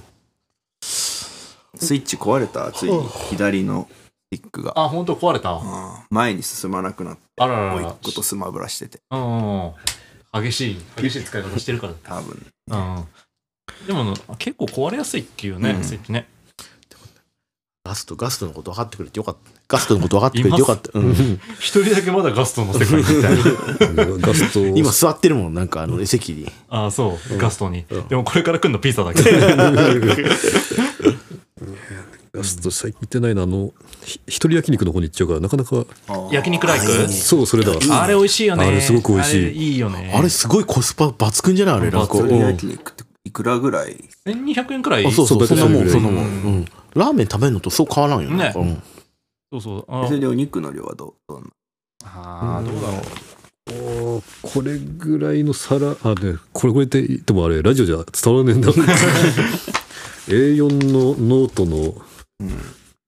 [SPEAKER 1] う
[SPEAKER 4] スイッチ壊れた、ついに左のスティックが。
[SPEAKER 1] あ、本当壊れた。あ
[SPEAKER 4] うん前に進まなくなって、
[SPEAKER 1] らら
[SPEAKER 4] もう
[SPEAKER 1] ら
[SPEAKER 4] 一個とスマブラしてて、
[SPEAKER 1] うんうんうん。激しい、激しい使い方してるから。
[SPEAKER 4] 多分。
[SPEAKER 1] うん。でも、結構壊れやすいっていうね、
[SPEAKER 4] うん
[SPEAKER 1] スイッチね。
[SPEAKER 2] ガスト、ガストのこと分かってくれてよかった。ガストのこと分かってくれてよかった。うん
[SPEAKER 1] 一人だけまだガストンの世界にいたい
[SPEAKER 3] [LAUGHS] ガスト。
[SPEAKER 2] 今座ってるもん、なんかあの、席に。
[SPEAKER 1] ああ、そう、ガストンに。
[SPEAKER 2] うん
[SPEAKER 1] でもこれから来るのピザだけど。
[SPEAKER 3] [LAUGHS] ガスト最近行ってないな。あの、ひ一人焼肉の方に行っちゃうから、なかなか。
[SPEAKER 1] 焼肉ライク
[SPEAKER 4] あいいね
[SPEAKER 3] そう、それだ。
[SPEAKER 1] あれ美味しいよね。
[SPEAKER 3] あれすごく美味しい
[SPEAKER 1] あれいいよね。
[SPEAKER 2] あれすごいコスパ抜群じゃないあれ、ラ
[SPEAKER 1] 抜
[SPEAKER 2] コ。
[SPEAKER 1] 群
[SPEAKER 2] う
[SPEAKER 4] 鳥
[SPEAKER 2] ん
[SPEAKER 4] 焼肉っていくらぐらい
[SPEAKER 1] ?1200 円くらい
[SPEAKER 2] あそうそう、
[SPEAKER 3] そ
[SPEAKER 2] そ
[SPEAKER 3] うん
[SPEAKER 2] なもん、
[SPEAKER 3] そ
[SPEAKER 2] そ
[SPEAKER 3] ん
[SPEAKER 2] ん
[SPEAKER 3] な
[SPEAKER 2] な
[SPEAKER 3] も
[SPEAKER 2] も
[SPEAKER 3] ん
[SPEAKER 2] ん。うんラーメン食べるのとそう変わらんよね。
[SPEAKER 1] ね
[SPEAKER 2] うん
[SPEAKER 1] そうそうあ
[SPEAKER 4] それでお肉の量はどうどうな
[SPEAKER 1] あー、どうだろう。
[SPEAKER 3] おーこれぐらいの皿あねこれこれって言ってもあれラジオじゃ伝わらねえ
[SPEAKER 1] [LAUGHS]
[SPEAKER 3] んだ A4 のノートの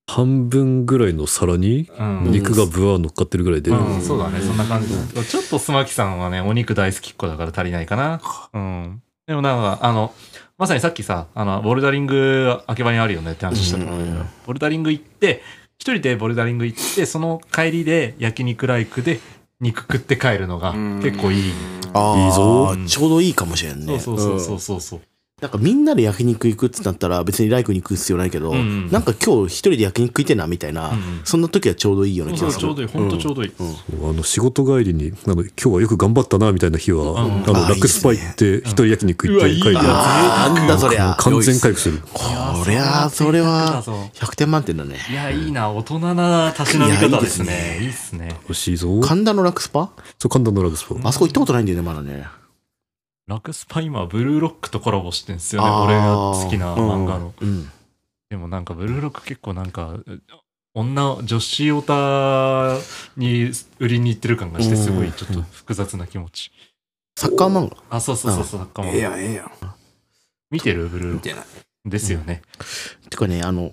[SPEAKER 3] 半分ぐらいの皿に
[SPEAKER 1] うん。
[SPEAKER 3] 肉がぶわー乗っかってるぐらいで、
[SPEAKER 1] うん、そうだね、そんな感じだ。ちょっとスマキさんはね、お肉大好きっ子だから足りないかな。うん。でもなんか、あの、まさにさっきさ、あの、ボルダリング、秋葉にあるよねって話したと思うんだけど、ボルダリング行って、一人でボルダリング行って、その帰りで焼肉ライクで肉食って帰るのが
[SPEAKER 4] うん
[SPEAKER 1] 結構いい。
[SPEAKER 2] あ
[SPEAKER 3] いいぞ
[SPEAKER 2] ーちょうどいいかもしれん
[SPEAKER 1] そう
[SPEAKER 2] ね。
[SPEAKER 1] そうそうそ
[SPEAKER 2] ん
[SPEAKER 1] うそうそう。
[SPEAKER 2] なんかみんなで焼肉行くってなったら別にライクに行く必要ないけど、
[SPEAKER 1] うんうん
[SPEAKER 2] なんか今日一人で焼肉食いてえなみたいな、
[SPEAKER 1] うん
[SPEAKER 2] そんな時はちょうどいいような気
[SPEAKER 1] そう
[SPEAKER 2] が
[SPEAKER 1] そう
[SPEAKER 2] す
[SPEAKER 1] ち
[SPEAKER 2] る。
[SPEAKER 1] ょうどいい、ほんとちょうどいい。
[SPEAKER 2] ん
[SPEAKER 3] あの仕事帰りにあの今日はよく頑張ったなみたいな日は、
[SPEAKER 1] ん
[SPEAKER 3] あの
[SPEAKER 2] あー
[SPEAKER 3] ラックスパ行って一人焼肉行って帰る、
[SPEAKER 1] うわいいな
[SPEAKER 2] あーなんだそりゃ。
[SPEAKER 3] 完全回復する
[SPEAKER 2] こりゃあ、それは100点満点だね。
[SPEAKER 1] いや、いいな、大人なたしなみ方です
[SPEAKER 2] いや
[SPEAKER 1] ね。
[SPEAKER 2] い
[SPEAKER 1] いいっすね。
[SPEAKER 3] 欲しいぞ
[SPEAKER 2] 神田のラクスパ
[SPEAKER 3] そう簡単なラグスパ
[SPEAKER 2] あそこ行ったことないんだよね、まだね。
[SPEAKER 1] ラクスパ今、ブルーロックとコラボしてんすよね、
[SPEAKER 2] あー
[SPEAKER 1] 俺が好きな漫画の。
[SPEAKER 2] うん。
[SPEAKER 1] でもなんかブルーロック結構なんか女女子オタに売りに行ってる感がしてすごいちょっと複雑な気持ち、
[SPEAKER 2] サッカー漫画。
[SPEAKER 1] あそうそうそうそうかも
[SPEAKER 4] ええやんええやん
[SPEAKER 1] 見てるブルーロ
[SPEAKER 4] み
[SPEAKER 1] ック
[SPEAKER 4] たいな
[SPEAKER 1] ですよね、
[SPEAKER 2] てかね、あの、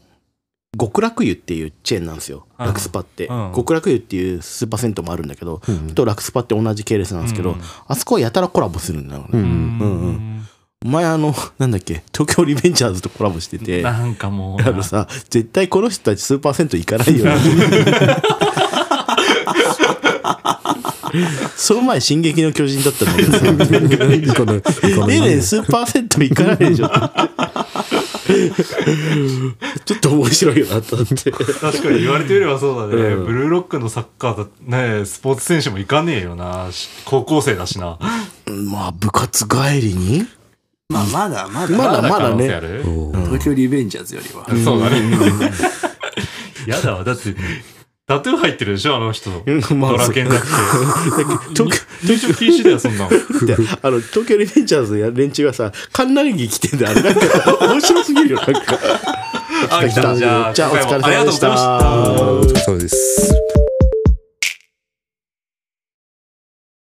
[SPEAKER 2] 極楽湯っていうチェーンなんですよ。
[SPEAKER 1] うん
[SPEAKER 2] ラクスパって
[SPEAKER 1] うん。
[SPEAKER 2] 極楽湯っていうスーパー銭湯もあるんだけど、 [LAUGHS]
[SPEAKER 3] うん
[SPEAKER 2] とラクスパって同じ系列なんですけど、あそこはやたらコラボするんだよ
[SPEAKER 3] う
[SPEAKER 2] ね。
[SPEAKER 3] ん
[SPEAKER 2] うんう前あの、なんだっけ、東京リベンジャーズとコラボしてて、あ
[SPEAKER 1] なんかもうな
[SPEAKER 2] のさ、絶対この人たちスーパー銭湯行かないよ
[SPEAKER 1] [LAUGHS]
[SPEAKER 2] ね。その前、進撃の巨人だっ
[SPEAKER 1] [LAUGHS]
[SPEAKER 2] たんだけどさ、
[SPEAKER 3] 行かない行かない
[SPEAKER 1] [LAUGHS]
[SPEAKER 2] エレンスーパー銭湯行かないでしょ。ちょっと面白いよなと思って。
[SPEAKER 1] 確かに言われてみればそうだね、
[SPEAKER 2] うん
[SPEAKER 1] ブルーロックのサッカーだねスポーツ選手も行かねえよなし高校生だしな
[SPEAKER 2] まあ、部活帰りに
[SPEAKER 4] まあ、まだまだ。
[SPEAKER 2] まだま
[SPEAKER 1] 可
[SPEAKER 2] だね
[SPEAKER 1] 能性ある
[SPEAKER 3] おー
[SPEAKER 4] 東京リベンジャーズよりは。
[SPEAKER 1] そうだね [LAUGHS] やだわだってタトゥー入ってるでしょあの人
[SPEAKER 2] うんまあ
[SPEAKER 1] ドラケンだって
[SPEAKER 2] 東
[SPEAKER 1] 入場禁止だよそん
[SPEAKER 2] [LAUGHS]
[SPEAKER 1] なの
[SPEAKER 2] 京ってあの、東京リベンジャーズの連中がさ、雷着着てんだよ。あれなんか、面白すぎるよ、なんか。
[SPEAKER 1] あ来たじゃあ
[SPEAKER 2] じゃあ、お疲れ様でした。
[SPEAKER 1] ありがとうございました
[SPEAKER 3] お疲れ様